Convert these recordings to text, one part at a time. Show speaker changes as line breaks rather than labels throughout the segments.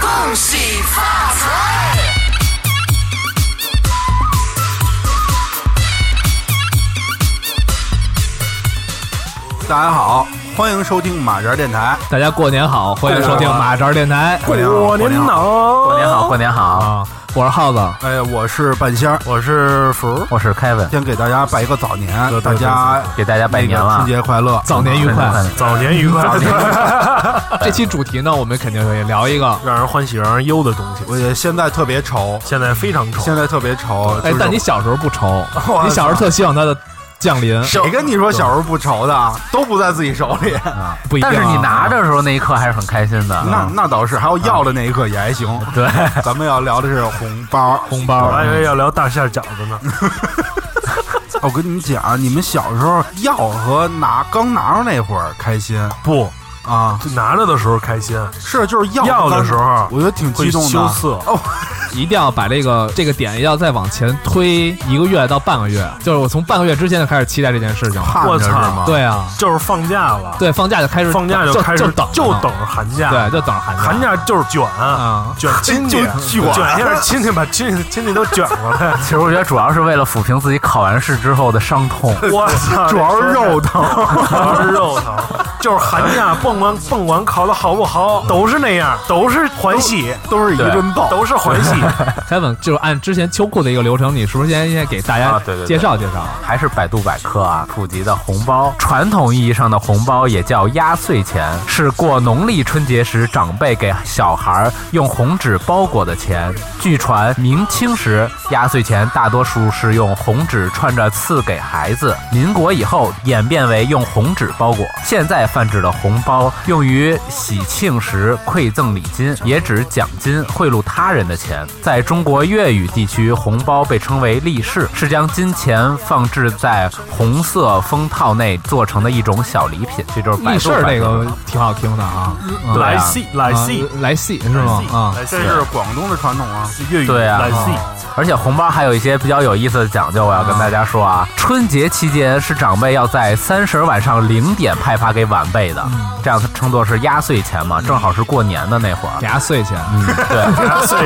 恭喜发财！
大家好，欢迎收听马哲电台。
大家过年好，欢迎收听马扎电台。
过年好过年好
好，
过年好，过年好，
啊！我是耗子，
哎，我是半仙儿，我是福。
我是 Kevin，
先给大家拜一个早年，
对
大家
给大家拜年
那个
了
春，节快乐，
早年愉 快。
早年愉快，
这期主题呢，我们肯定会聊一个。
让人欢喜让人忧的东西。
我也现在特别愁，
现在非常丑
现，在特别愁。
哎
就是，
但你小时候不愁
我，
你小时候特希望它的降临，
谁跟你说小时候不愁的？都不在自己手里。
不一定
但
啊。
是你拿着的时候那一刻还是很开心的。
那那倒是，还有要的那一刻也还行。
啊对，
咱们要聊的是红包。
红
我
包，
还以哎为要聊大馅饺子呢。
我跟你们讲，你们小时候要和拿刚拿着那会儿开心
不，
啊，
就拿着的时候开心，
是就是要
要的时候
我觉得挺激
会
动的。
羞涩。
哦，
一定要把这个这个点要再往前推一个月到半个月，就是我从半个月之前就开始期待这件事情了。
盼着
我
是
操
吗？
对啊，
就是放假了，
对，放假就开始，
放假
就
开始
就等
就
着呢
等着寒假，
对，就等着寒假
寒假就是卷，
啊。
卷亲戚，
就
卷
卷
一下亲戚，把亲戚亲戚都卷过来。
其实我觉得主要是为了抚平自己考完试之后的伤痛。
我操，
主要是肉疼。
主要是肉疼，就是寒假甭管甭管考的好不好，都是那样，都是欢喜，
都是一顿爆。
都是欢喜。
Kevin 就是按之前秋裤的一个流程，你是不是先先给大家
啊对对对
介绍介绍？
还是百度百科啊普及的红包。传统意义上的红包也叫压岁钱，是过农历春节时长辈给小孩儿用红纸包裹的钱。据传明清时压岁钱大多数是用红纸串着赐给孩子，民国以后演变为用红纸包裹。现在泛指的红包用于喜庆时馈赠礼金，也指奖金、贿赂他人的钱。在中国粤语地区，红包被称为利是，是将金钱放置在红色封套内做成的一种小礼品。这就是百
立
度
事儿
百
这
科
个挺好听的啊，嗯
来
啊
戏，来戏，
来戏是吗？啊，
来戏
这，是广东的传统啊，粤语
对啊
来戏。
而且红包还有一些比较有意思的讲究，我要跟大家说啊，春节期间是长辈要在三十晚上零点派发给晚辈的，这样称作是压岁钱嘛，正好是过年的那会儿
给。他碎钱，
嗯，对，
岁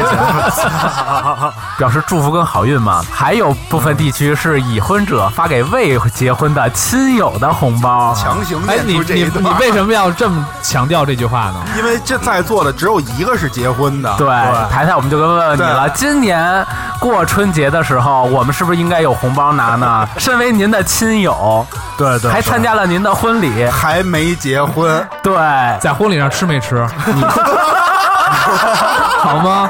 数，
表示祝福跟好运嘛。还有部分地区是已婚者发给未结婚的亲友的红包，
强行
哎，
念
你
出这
你
一段。
你为什么要这么强调这句话呢？
因为这在座的只有一个是结婚的，
对，台台我们就该问问你
对
了，今年过春节的时候，我们是不是应该有红包拿呢？身为您的亲友，
对对，
还参加了您的婚礼，
还没结婚，
对，
在婚礼上吃没吃？ 好吗？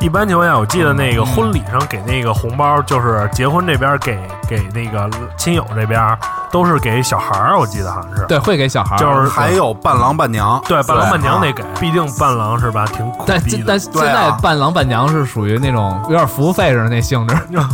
一般情况下，我记得那个婚礼上给那个红包，就是结婚这边给给那个亲友这边，都是给小孩儿，我记得好像是。
对，会给小孩儿，
就是
还有伴郎伴娘。
对，伴郎伴娘得给，
啊
毕竟伴郎是吧，挺苦
但
逼
现但
的。
现
对啊
在伴郎伴娘是属于那种有点服务费似的那性质，有意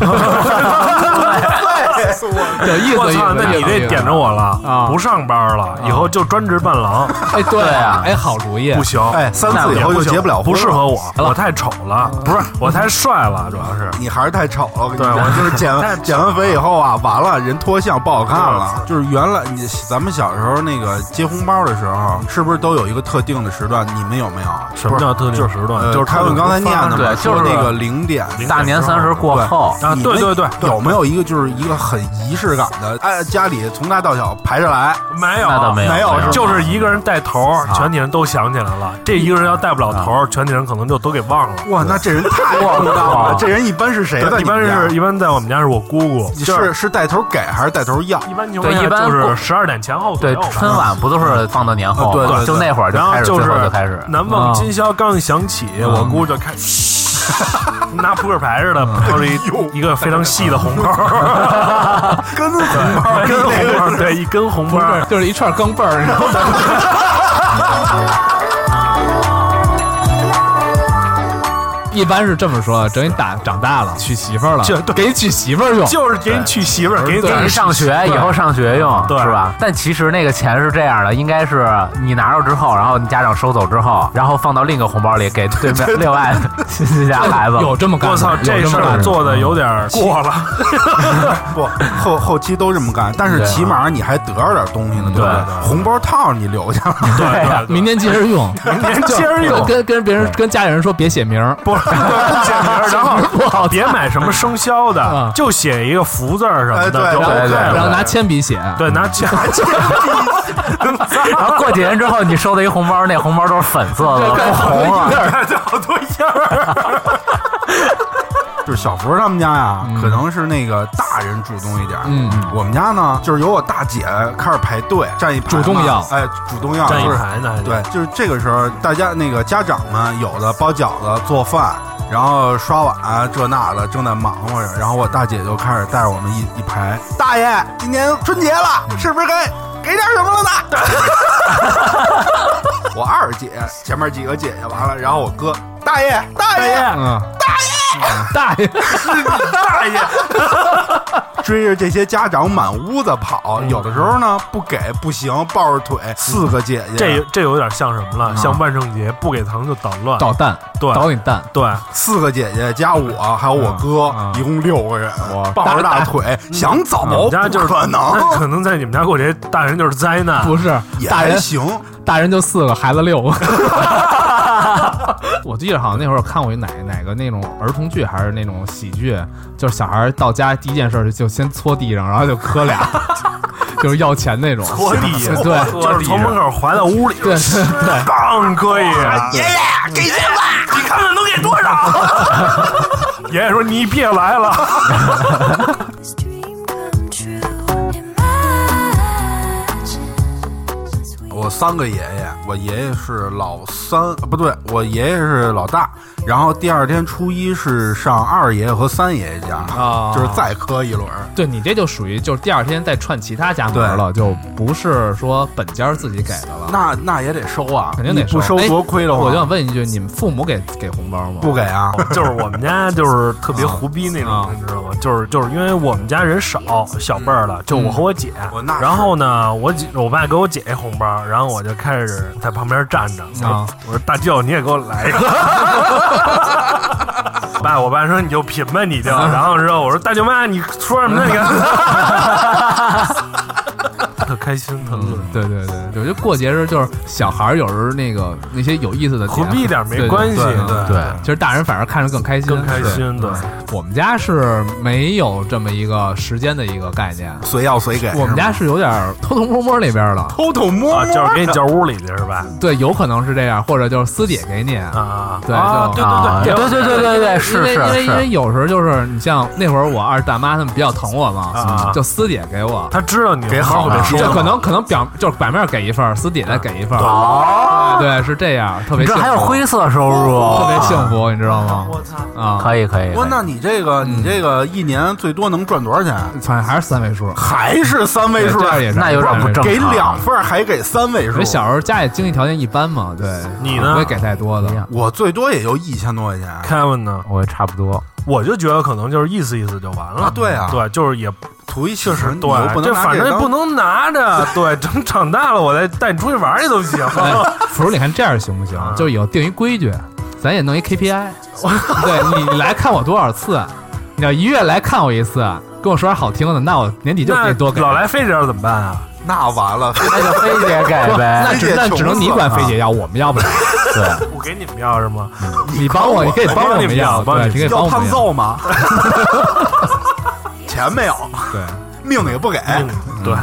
思。
我操，
有意思
那你
有意
这
思
点着我了
啊，
不上班了，
啊
以后就专职伴郎，
哎，对
对
啊
啊，
哎，好主意，
不行，
哎，三次以后就结不了婚，
不适合。我，我太丑了，不是我太帅了，主要是。
你还是太丑了，我跟你
对
讲，
我
就是减
太丑
完减完肥以后啊，完了人脱相不好看了。
对
就是原来你咱们小时候那个接红包的时候，是不是都有一个特定的时段？你们有没有？
什么叫特定时段
呃
就是
凯文刚才念的嘛，
对就
说
是
那个零点
大年三十过后，
啊
你
对
们
对对对
有没有一个就是一个很仪式感的？哎，家里从大到小排着来，
没有，啊
那倒没有，
没有
吧
就是一个人带头，全体人都想起来了。这一个人要带不了头，全体人可能就都给忘了。
哇，那这人太公道了。这人一般是谁的？
一般是
你
一般在我们家是我姑姑，
们家
就是
是带头给还是带头要？
一般情况
对一
下
般
就是
不
十二点前后左
对
右吧啊
春晚不都是放到年后
啊对
吗，
对
就
对
那会儿就
然后
开始，
就
最后
是嗯
就开始。
难忘今宵刚一响起，我姑就开始 拿扑克牌似的掏出一一个非常细的红包，
跟红包，
根红包， 对，一根红包。
是就是一串钢镚儿，你知道吗？ 一般是这么说，等你打长大了，娶媳妇儿了
就，对
给你娶媳妇儿用，
就是给你娶媳妇儿，给你
对
给
给
你
你上学
对
以后上学用，
对
是吧？但其实那个钱是这样的，应该是你拿着之后，然后你家长收走之后，然后放到另一个红包里给对面另外亲戚家孩子。
有这么干的？
我操，
有
这
么
事
干
儿
的
做的有点儿过了。
不后后期都这么干，但是
对啊
起码你还得着点东西呢，对不
对
对？红包套你留下了，
对对，对
啊嗯明天接着用，
明天接着用，
跟跟别人跟家里人说别写名儿，
不是不写名儿，然后
不好
别买什么生肖的
嗯，
就写一个福字儿什么
哎对
的就
对
OK
对对
然后
了。
拿铅笔写。
对，拿钱，
然后过几年之后，你收到一红包，那红包都是粉色的，
对
都红了。
这好多样儿。
就是小福他们家呀，可能是那个大人主动一点。
嗯，
我们家呢，就是由我大姐开始排队站一排嘛，
主动要
哎，主动要
站一
就是
排呢，还
对，
得
就是这个时候，大家那个家长们有的包饺子、做饭，然后刷碗、啊这那的，正在忙活着。然后我大姐就开始带着我们一一排，大爷，今年春节了，是不是该给点什么了呢？ 我二姐前面几个姐姐完了，然后我哥，大爷，大爷，
嗯，大 爷，大爷，
大爷，追着这些家长满屋子跑，有的时候呢不给不行，抱着腿，四个姐姐，
这这有点像什么了？像万圣节不给糖就捣乱。
啊捣蛋，
对
捣你蛋，
对，
四个姐姐加我，还有我哥，
嗯嗯
一共六个人
哇，
抱着大嗯腿想走，
我们家就
哦
是
不可
那
能
可能在你们家过节，大人就是灾难。
不是
也
大
还
人
行，
大人就四个，孩子 六个。 我记得好像那会儿看过一哪哪个那种儿童剧还是那种喜剧，就是小孩到家第一件事就先搓地上，然后就磕 俩，就是要钱那种。
拖地，
对
就是从门口滑到屋里，
对对对，
当可以。爷爷给钱吧，你看看能给多少？ 爷爷说你别来了，
This dream come true. Imagine.
我三个爷爷，我爷爷是老三，啊不对，我爷爷是老大。然后第二天初一是上二爷爷和三爷爷家，
啊
就是再磕一轮儿。
对你这就属于就是第二天再串其他家门了，就不是说本家自己给的了，
那那也得收啊，
肯定得
你不
收
收
哎
多亏了
我就想问一句，你们父母给给红包吗？
不给啊，
就是我们家就是特别胡逼那种，你知道吗？就是就是因为我们家人少，小辈儿了，就我和我姐
我那。是
然后呢，我姐我爸给我姐一红包，然后我就开始在旁边站着，
啊
我说大舅你也给我来一个。爸，我爸说你就贫吧你就，然后之后我说大舅妈你说什么呢你看？特开心，特乐。
对对对，我觉得过节日就是小孩儿有时候那个那些有意思的点
胡逼一点没
对对
关系，
对对
对，
其实大人反而看着更开心，
更开心对
对我们家是没有这么一个时间的一个概
哎
念，
随要随给。啊
我们家是有点儿偷偷摸摸那边儿的，
偷偷摸摸
啊，
的，
就是给你叫屋里去是吧？
对，有可能是这样，或者就是私姐给你，
啊，
对
啊，
就
对
啊
对
对对对对对，
因
是
为
是
因为因为
是，
有时候就是你像那会儿我二大妈他们比较疼我嘛嗯
啊，
就私姐给我，
他知道你
给好
特别
的
舒
就
服
可能可能表就是表面给一份儿，私底下给一份儿，
哦
哎对，是这样，特别
你这
幸福
还有灰啊色收入，
特别幸福，你知道吗？我操啊！
可以可以。
不
可
是，
以
那你这个你这个一年最多能赚多少钱？啊
好像还是三位数，
还是三位数
对？这样也是
那有点不正常。啊
给两份儿还给三位
因
数
为。小时候家里经济条件一般嘛，对，
你呢
不会给太多的。
我最多也就一千多块钱。
Kevin 呢？
我差不多，
我就觉得可能就是意思意思就完了
啊。对啊
对，就是也
图一确实不
对，
能
这
拿
反正也
当
不能拿着。啊对，等长大了我再带你出去玩儿去 都行。
哎，福叔，你看这样行不行？
啊
就以后定一规矩，咱也弄一 KPI。对你来看我多少次？你要一月来看我一次，跟我说点好听的，那我年底就可
那
以多给。
老来非得怎么办啊？
那完了，
那就非得给
不
呗
那。只那只能你管菲姐要，我们要不了。
对，
我给你们要是吗？
你帮我，你可以帮我们要，
我帮你
对，你可以帮
要
我们
胖
要。
揍吗？钱没有，
对，
命也不给。
哎嗯
对，
All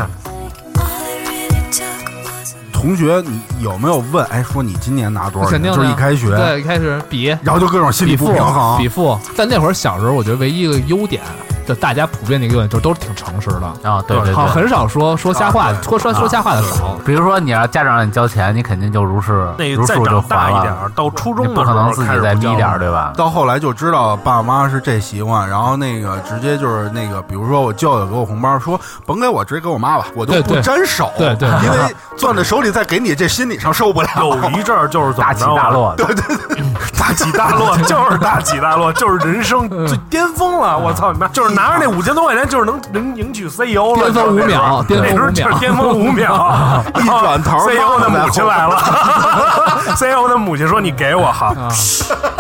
I really took was a
同学，你有没有问？哎，说你今年拿多少
肯
钱？
定的
就是一开学，
对，一开始比
然后就各种心理
比
不啊
负
平衡
比。负。但那会儿小时候，我觉得唯一一个优点就大家普遍的一个优点就是都是挺诚实的，
啊，对对
好像
对。
很少说说瞎话，说说说瞎话的少。
比如说，你要家长让你交钱，你肯定就如是
那
如
再
数就
长
还
大一点
了，
儿，到初
你
中
不
的时
可能
候
自己
开始
再
不
眯
交
点儿，
了
对吧？
到后来就知道爸妈是这习惯，然后那个直接就是那个，比如说我舅舅给我红包，说甭给我，直接给我妈吧，我都
对
不
对
沾手，
对对
因为攥在手里再给你，这心理上受不了。
有
，
一阵儿就是怎
大
么
起
着啊
大落的，
大起大落，就是大起大落，就是人生最巅峰了。我操你妈！就是拿着那五千多块钱，就是能能赢取 CEO 了。
巅峰五秒
就是那时候
巅峰五秒
那时候就
一转
是巅峰五秒
头
CEO 的母亲
妈
来了。CEO 的母亲说：“你给我好，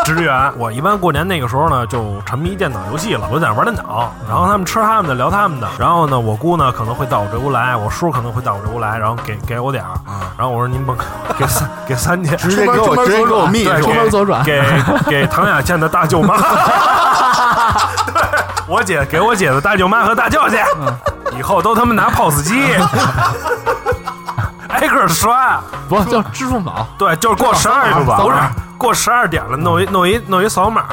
职员。”我一般过年那个时候呢，就沉迷电脑游戏了，我在那玩电脑，然后他们吃他们的，聊他们的。然后呢，我姑呢可能会到我这屋来，我叔可能会到我这屋来，然后给给我点儿。然后我说：“您甭给三给三千，
直接给我直接给我秘
对
书
出，门左转
给给唐雅倩的大舅妈，对我姐给我姐的大舅妈和大舅去，以后都他妈拿 POS 机，挨个儿刷，
不叫支付宝，
对，就是过十二
扫码
不是过十二点了，弄一弄一弄一扫码，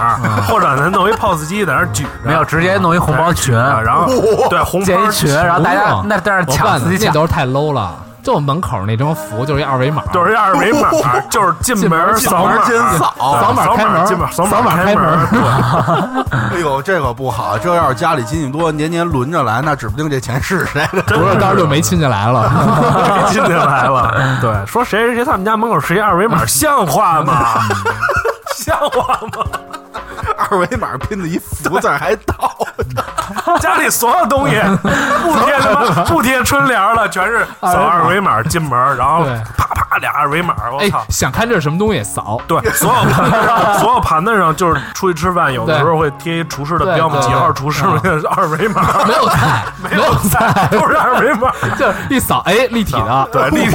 或者呢弄一 POS 机在那儿举着，
没有直接弄一红包群，
啊，然后对红
建
包
一群，然后大家那在那
我
抢
干
自己
那
抢，
都是太 low 了。就门口那张符就是一二维码，
就是一二维码，就是进门扫码，啊
进门先扫
对
扫码开门
进门
扫码
开
开门
对
哎呦，这可不好，这要是家里亲戚多，年年轮着来，那指不定这钱是谁的。
不是，当时就没亲戚来了。
谁进进来了？对，说谁谁谁他们家门口是一二维码，像话吗？像话吗？
二维码拼的一福字儿还倒，
家里所有东西不贴他妈不贴春联了，全是扫二维码进门，然后
对
啪啪俩二维码，我
哎
操，！
想看这是什么东西，扫。
对，所有盘子上，所有盘子上就是出去吃饭，有的
对
时候会贴一厨师的标嘛，
对对
几号厨师的二维码，
没有菜，
没有菜，都是二维码。
就是一扫，哎，立体的。
对，你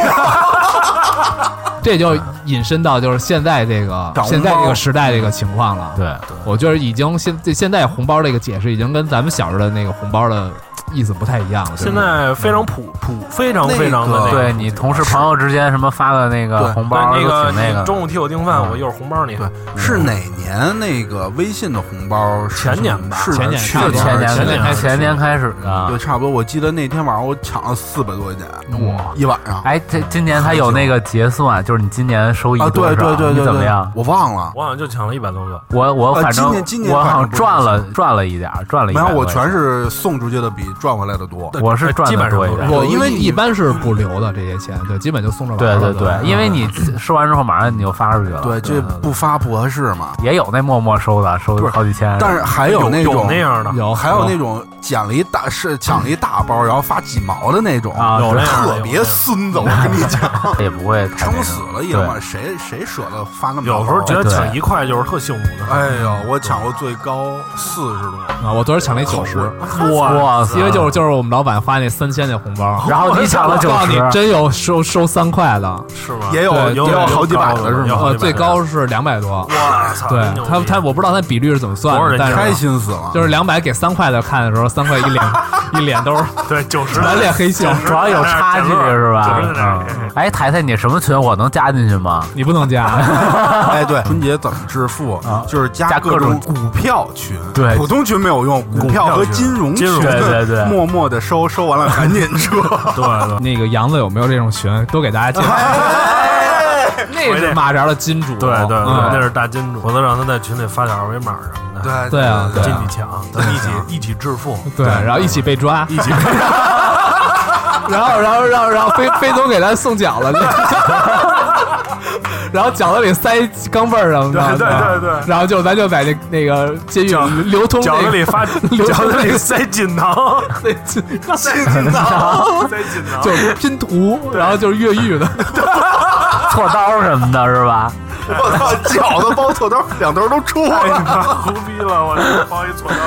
这就引申到就是现在这个
找红包
现在这个时代这个情况了。
对，
我觉得已经现这现在红包这个解释已经跟咱们小时候的那个红包的意思不太一样了。
现在非常普普，非常非常的
那个
那个
对你同事朋友之间什么发的那
对
个红包都
对
挺
那
那
个，
个
你
的，
中午替我订饭，我一会儿红包你。
对，是哪年那个微信的红包是什么？
前年吧
是
前年
去
差不
是
多
年
年
前
前
前
年
年
开始
前年开始啊
对，
的。
差不多。我记得那天晚上我抢了四百多块钱，
哇
一晚上。
哎，这今年他有那个结算，就是你今年收益
啊，
多
对
少？
对对
你
对
怎么
对
样，？
我忘了，
我好像就抢了一百多个，
我我
啊
反
今
正
年今年
我
反
好
正
像
不是
赚了赚了一点儿，赚了一
没
点
有，
儿。
我全是送出去的比赚回来的多。
我是赚
基
的
本上
多一
都
点
是
儿。
我
对因为你
一般是不留的这些钱，对，基本就送着玩
对
儿
对
了。
对，因为你收完之后马上你就发出去了。
对，这不发不合适嘛。
也有那默默收的，收
不是
好几千。
但是还
有
那种
那样的，
有
还有那种捡了一大是抢了一大包，然后发几毛的那种，
啊有
那样的
特别孙 子。我跟你讲，
也不会太那
撑
个
死了也
对
嘛，谁谁舍得发那么
有
多
时候
包
觉得
对
抢一块就是特幸福的。
哎呦，我抢过最高四十多，
啊，我昨儿抢了一九十，
哇塞
因为就是就是我们老板发那三千那红包，
然后你抢了九
告诉你
十，
真有收收三块的，
是吗？
也有
对
也有好几百的是
有
吗？
好
呃，
几百
最高是两百多。
哇操！
对
真牛逼
他他我不知道他比率是怎么算
多少
的，
人
但
抢
开
是
心死
啊
了！
就是两百给三块的看的时候，三块一 脸一脸都是
对九十
满脸黑线，
主要有差距是吧？嗯哎，台台，你什么群我能加进去 吗？
你不能加。啊
哎，对，春节怎么致富？就是加
加各
种
种
股票群，
对
普通群没有用，股票和金融群，
金融
对对对
默默的收，收完了赶紧撤。
对对，
那个杨子有没有这种群？都给大家介绍。
哎
那是马扎的金主，
对对对，
嗯
那是大金主，我都让他在群里发点二维码什么的，
对
对啊对
进去抢，咱们一起一起致富。
对，啊然后一起被抓，一起。 然后，然后，然后，然后，飞飞总给咱送饺子去， 然后饺子里塞钢镚儿什么的，
对对对对
然后就咱就在那那个监狱
饺
里流通
饺子里发，
流
饺子里塞锦囊，
那 个
塞锦囊。
就是拼图，然后就是越狱的，
锉刀什么的，是 吧？
我操，饺子包错兜，两兜都出
哎，
了。
你妈胡逼了！我这包一错刀，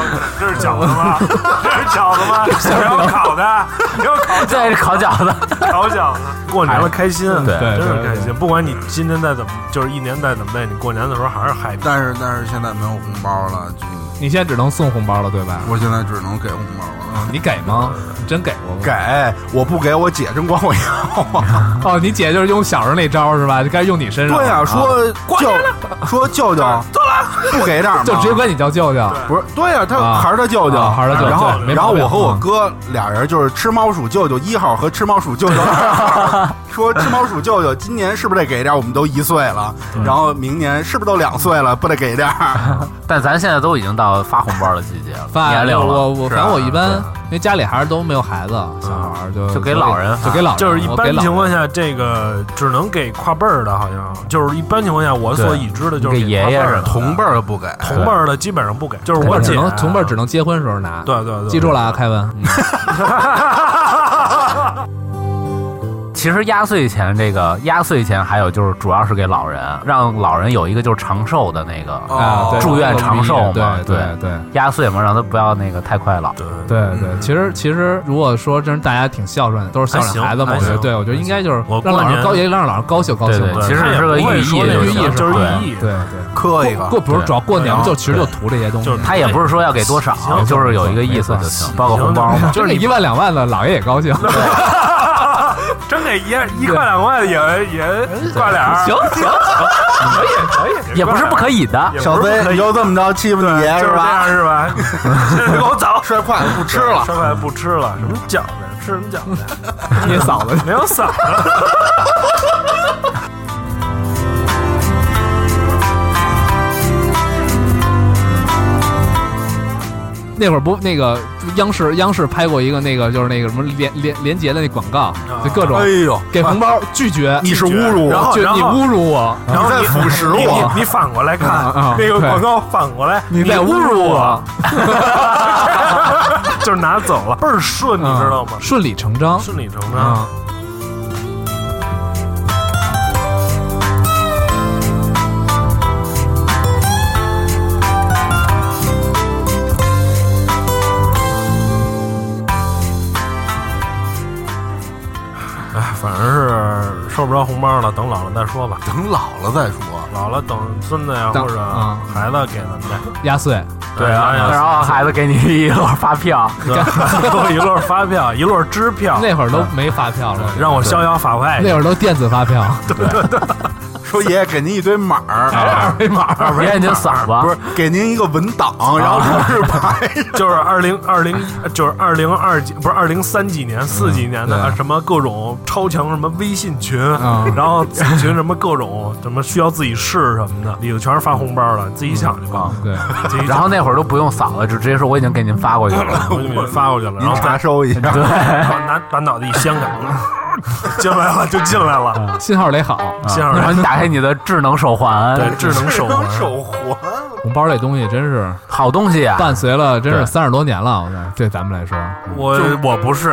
这是饺子吗？ 这是饺子 吗？你要烤的，你要烤
这是烤饺子，
烤饺子。过年了开心，啊
哎对
真
对
是
对
开心。不管你今年再怎么，就是一年再怎么累，你过年的时候还是嗨皮。
但是但是现在没有红包了，就
你现在只能送红包了，对吧？
我现在只能给红包了。嗯
你给吗？你真给过吗？
给我不给我姐真管我要啊！
哦，你姐就是用小时候那招是吧？就该用你身上了。啊
对啊，说舅说舅舅，
坐了，
不给点儿吗？
就直接管你叫舅舅。
不是，对呀、他
啊
还是他舅舅，
啊还是他舅舅
然后
对没毛病
然后我和我哥俩人就是吃猫鼠舅舅一号和吃猫鼠舅舅二号，说吃猫鼠舅舅今年是不是得给点儿？我们都一岁了，然后明年是不是都两岁了？不得给点儿？
但咱现在都已经到发红包的季节了，
反
年龄
正
了，
我我
是
反
吧
啊
正我一般，因为家里还是都没有孩子，小孩儿就
就给老人
就给老人，
啊就是一
我给
般
老人
情况下，这个只能给跨辈儿的，好像就是一般情况下，我所已知的就是
给爷
跨辈
爷
儿
是
的
吧
同辈儿不给，
同辈儿的基本上不给，就是我
只
姐啊
能同辈儿只能结婚时候拿。
对哦对对，
记住了啊，凯文。
其实压岁钱这个压岁钱，还有就是主要是给老人，让老人有一个就是长寿的那个、
哦
啊，对
祝愿长寿
对
嘛，
对对
压岁嘛，让他不要那个太快老。
对对。
对对。其实其实，如果说真是大家挺孝顺的，都是孝顺孩子嘛，我
还行
觉得，对
还
我觉得应该就是
我
让
过
老人
年
高，也让老人高兴高兴
对
嘛。
对其实
他也
是个
不会
寓意
说那
就
个
行
意思就是
对
寓意，
对对，
磕一个。
过不是
对
主要过年嘛
对
就其实就图这些东西
就。是
他也不是说要给多少，
行
就是有一个意思就行，包个
行
红包嘛。
就是一万两万的，老爷也高兴。
真给爷一块两块也也挂脸儿，
行行行，
可以可以，
也不是不可以的
也。
小
不是
飞，
不可
你
以
就这么着欺负你
对
爷
就是是这
吧
样？是吧？ 给我走，
摔筷子不吃了，
吃饭不吃了，什么饺子？吃什么饺子呀？
你嫂子，
没有嗓子。
那会儿不那个央视央视拍过一个那个就是那个什么联联联捷的那广告，就各种
哎呦，
给红包拒绝，
你是侮辱
然
我，
后
就你侮辱我，
然后
你在腐蚀
你
我
你你反过来看
啊啊
那个
对
广告，反过来
你在侮辱我，啊
我， 就是拿走了，倍儿顺，你知道吗
嗯？顺理成章
顺理成章。
啊。
哎，反正是收不着红包了，等老了再说吧。
等老了再说。
老了等孙子呀
等
或者
啊
孩子给咱们呗。
压岁，
对啊，
然
然后
后孩子给你一摞发票，
一摞发票，一摞支票，
那会儿都没发票了，
让我逍遥法外去。
那会儿都电子发票，
说爷爷给您一堆码
啊
儿，
二维码。
爷爷您扫吧
不。是给您一个文档，然后日牌。
就是二零二零，就是二零二几，不是二零三几年、四几年的
对
什么各种超强什么微信群，
嗯
然后咨询什么各种什么需要自己试什么的，里头全是发红包的，你自己想去吧。
啊对，
自己
然
想
后那会儿都不用扫了，就直接说我已经给您发过去了。
我就给发过去了，然
您
后
查
再
收一下，
然后拿把脑袋一掀开， 进来了就进来了，
信号得好。
信号
然后
人
你打开你的智能手环，
对智能 手环，
环。
红包这东西真是
好东西啊！
伴随了，真是
对
三十多年了。我觉得对咱们来说，
我我 不是，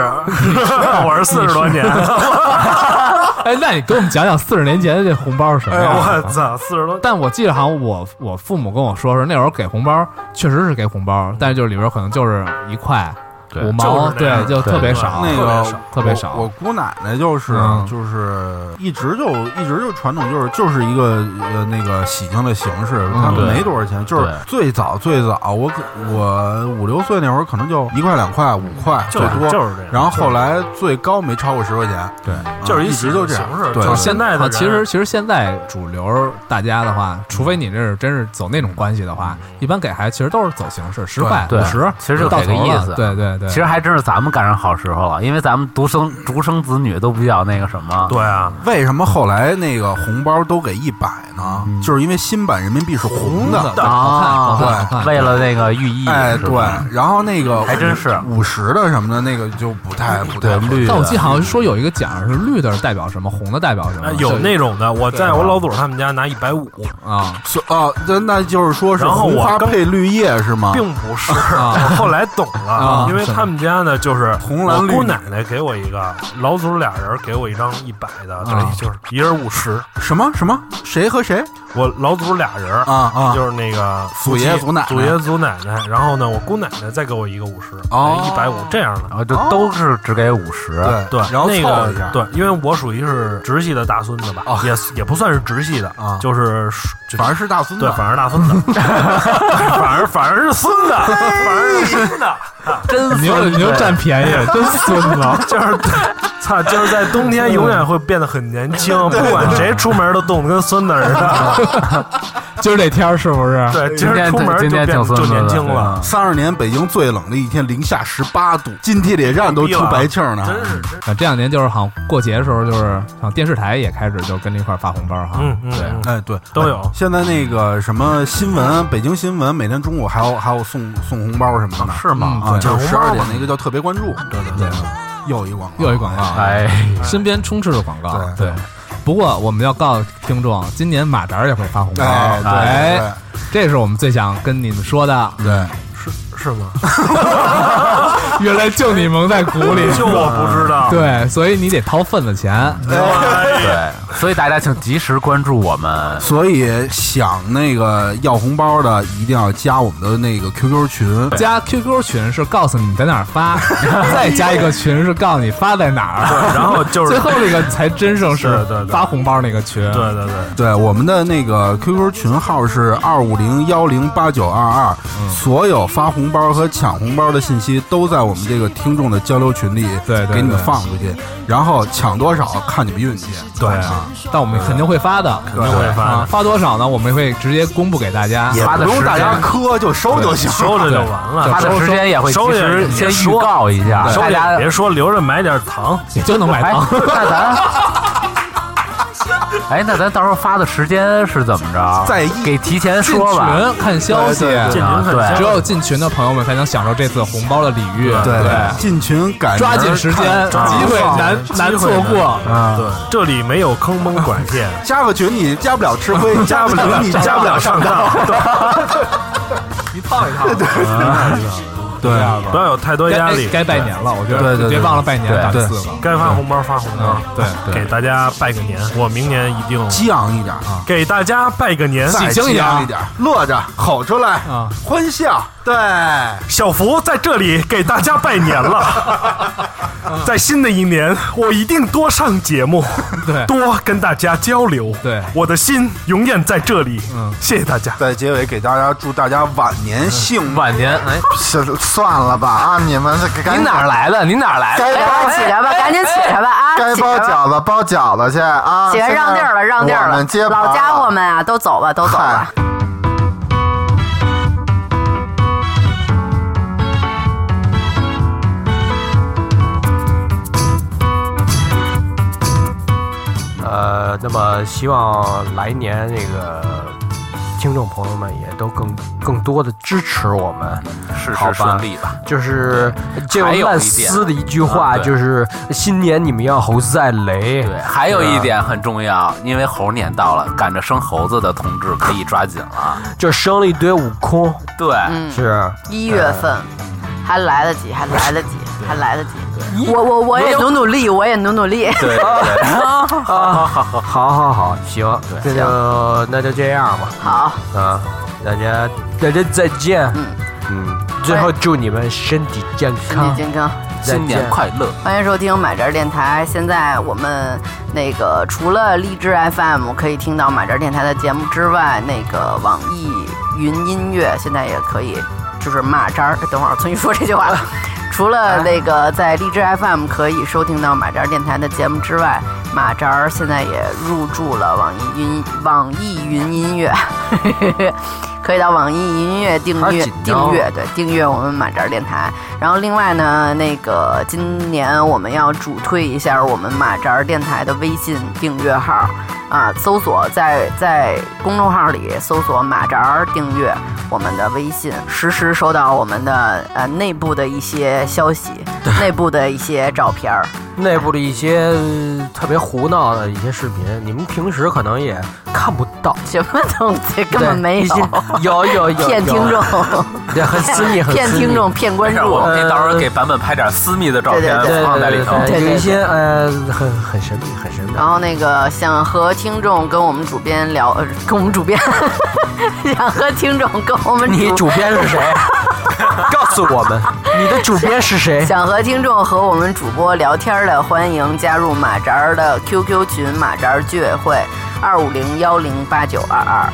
我是四十多年，
哎，那你给我们讲讲四十年前的这红包是什么
哎呦
样的？啊
我操，四十多，
但我记得好像我我父母跟我说是那会儿给红包，确实是给红包，但是就是里边可能就是一块
对
五毛，
就是那
对，
样
就特别少，
那
特别
个
少
啊特别少
我我姑奶奶就是
嗯
就是一直就一直就传统就是就是一个呃那个喜庆的形式，他们
对
没多少钱，就是
对
最早最早我可我五六岁那会儿可能就一块两块五块最
就是
多，
就是这样，
然后后来最高没超过十块钱，
对。
啊
就是
一
一
直就这
形
样，
式
对
就
就是
现在
啊
的人
其实其实现在主流大家的话，除非你这是真是走那种关系的话，一般给孩子其实都是走形式，十块、
对
五十，
其实就
到
给个
头了
意思
对对对，
其实还真是咱们赶上好时候了，因为咱们独生独生子女都比较那个什么。
对啊，
为什么后来那个红包都给一百呢？就是因为新版人民币是红的，
好看好看
对
好看，
啊为了那个寓意，
哎，
是
对
吧，
然后那个
还真是
五十的什么的，那个就不太不太
啊对绿
但
的
我记得好像说有一个奖是绿的代表什么，红的代表什
啊
么
哎，，有
就
那种的，我在我老祖他们家拿一百五，
啊
所啊，那那就是说是
然后
红
我
花
刚
配绿叶是吗？
并不是。
啊
我后来懂了
啊，
因为他们家呢，就是
红蓝
我
绿
姑奶奶给我一个，老祖俩人给我一张一百的，
啊
对，就是一人五十。
什么什么谁和谁
我老祖俩人
啊啊？
就是那个
祖爷
夫妻
祖奶奶
祖爷祖奶奶，然后呢，我姑奶奶再给我一个五十，哎
哦
一百五这样的。
然后就都是只给五十。
对
对，
然后凑
那
一
个
下，
对，因为我属于是直系的大孙子吧，也也不算是直系的
啊
就是就
反正是大孙子
对，，反正是大孙子，反正反正是孙子，反正是孙子，
真
你又你又占便宜，哎真孙子！
就是，操，就是在冬天永远会变得很年轻，不管谁出门都冻得跟孙子似的。
今儿这天儿是不是？
对，
今
今儿
天
出门就
今天
变
挺孙
就
子
年
的
轻
对
了，
三十年北京最冷的一天，零下十八度，进地铁站都出白气儿呢。
真是真是，
啊，这两年就是好像过节的时候，就是像电视台也开始就跟着一块儿发红包哈。
嗯嗯，
对
嗯
哎，对，
都有
哎现在那个什么新闻，北京新闻每天中午还有还有送送红包什么的呢，
是吗？
啊，
对
就是十
抢红
二
包
点
嘛
那个叫特别关注，对对对，又一广告，
又一广告，
哎，
身边充斥着广告。
对
对，不过我们要告诉听众，今年马扎也会发红包。
啊
哎，对
哎，这是我们最想跟你们说 的。
对对，
是吗？
原来就你蒙在鼓 里，
就我不知道，
对，所以你得掏份子钱。
哎呀
对，所以大家请及时关注我们。
所以想那个要红包的，一定要加我们的那个 QQ 群。
加 QQ 群是告诉你在哪儿发， 再加一个群是告诉你发在哪儿，
然后就是
最后那个才真正是
对对对
发红包那个群。
对对对，
对，我们的那个 QQ 群号是二五零幺零八九二二，
嗯
所有发红包和抢红包的信息都在我们这个听众的交流群里，
对对
给你们
对
放出去，然后抢多少看你们运气。
对啊，但我们肯定会发的，肯定
定会发的
啊，发多少呢？我们会直接公布给大家。
发的时间，
磕，就收就行
收着就完了，
发的时间也会及
收下
时
也
先预
说
告一下，
收
哎大
下
家
也别说，留着买点糖，
也就能买
哎
到。，
那咱，哎，那咱到时候发的时间是怎么着？
在意
给提前
进
说吧。
群看消息，
对对对
进
啊
群
对
很
只
香。
有进群的朋友们才能享受这次红包的礼遇。
对对，进群赶
抓紧时间，机
抓紧
会
时间
难
机
难
会嗯
错过。
啊！
对，这里没有坑蒙拐骗，
加个群你加不了吃亏，加不了你加不了上当。
一套一套的，
对啊，
不要有太多
该哎
压力。
该拜年了，我觉
对对
得
对
别忘了拜年
对
打
对
四个。
该发红包发红包，啊
对
给大家拜个年。我明年一定
激昂一点啊！
给大家拜个年，
再
庆一
激
下
昂一点，乐着，吼出来
啊
欢笑，对，
小福在这里给大家拜年了。在新的一年，我一定多上节目，
对
多跟大家交流。
对
我的心永远在这里。
嗯
谢谢大家。
在结尾给大家祝大家晚年幸福。
晚年， 哎，
是算了吧啊！你们这赶
您
紧
哪儿来的？您哪儿来的？
该包
起来吧，赶紧起来吧啊！
该
起来
包
吧
饺子包饺子去啊！
起来
现在
让地儿了，让地儿
我
了
们接。
老
盘
家
了
伙们啊，都走吧，都走吧。
嗨
呃，那么希望来年这个听众朋友们也都更更多的支持我们，
事
好吧
事顺利吧。
就是这
还
种
有
烂
一点
丝的一句
嗯
话，
对
就是新年你们要猴子再雷。
对，还有
啊
一点很重要，因为猴年到了，赶着生猴子的同志可以抓紧了。
嗯
就生了一堆悟空，
对，
嗯，
是
一月份还来得及，还来得及，还来得及。我我我也努努力，我也努努力。
对对对。
啊，好好好，行，那就那就这样吧，
好，
啊，大家大家再见，嗯最后祝你们身体健
嗯
身体
康，
健康。
再
新年
见。
快乐！
欢迎收听买这儿电台。现在我们那个除了荔枝 FM 可以听到买这儿电台的节目之外，那个网易云音乐现在也可以，就是马扎儿。等会儿我重新说这句话了。除了那个在荔枝 FM 可以收听到马扎儿电台的节目之外，马扎儿现在也入驻了网易云网易云音乐， 可以到网易云音乐订
好
阅
紧张
订阅。对，订阅我们马扎儿电台。然后另外呢，那个今年我们要主推一下我们马扎儿电台的微信订阅号啊，搜索在在公众号里搜索马扎儿订阅我们的微信，实时收到我们的呃内部的一些消息，内部的一些照片儿。
内部的一些呃特别胡闹的一些视频，你们平时可能也看不到，
什么东西根本
对
没
一些
有，
有有有
骗听众，，
有对，很 私密，很
骗
私密
听众，骗关
让
注啊
我。们可以到时候给版本拍点私密的照片
对对对
放
对
在里
对
头。
对
对
对，
对哦
有一些呃，很很神秘，很神秘。
然后那个想和听众跟我们主编聊，呃跟我们主编 想和听众跟我们
你
主
主编是 谁？告诉我们，你的主编是谁？
想和听众和我们主播聊天的，欢迎加入马扎儿的 QQ 群马扎儿居委会二五零幺零八九二二。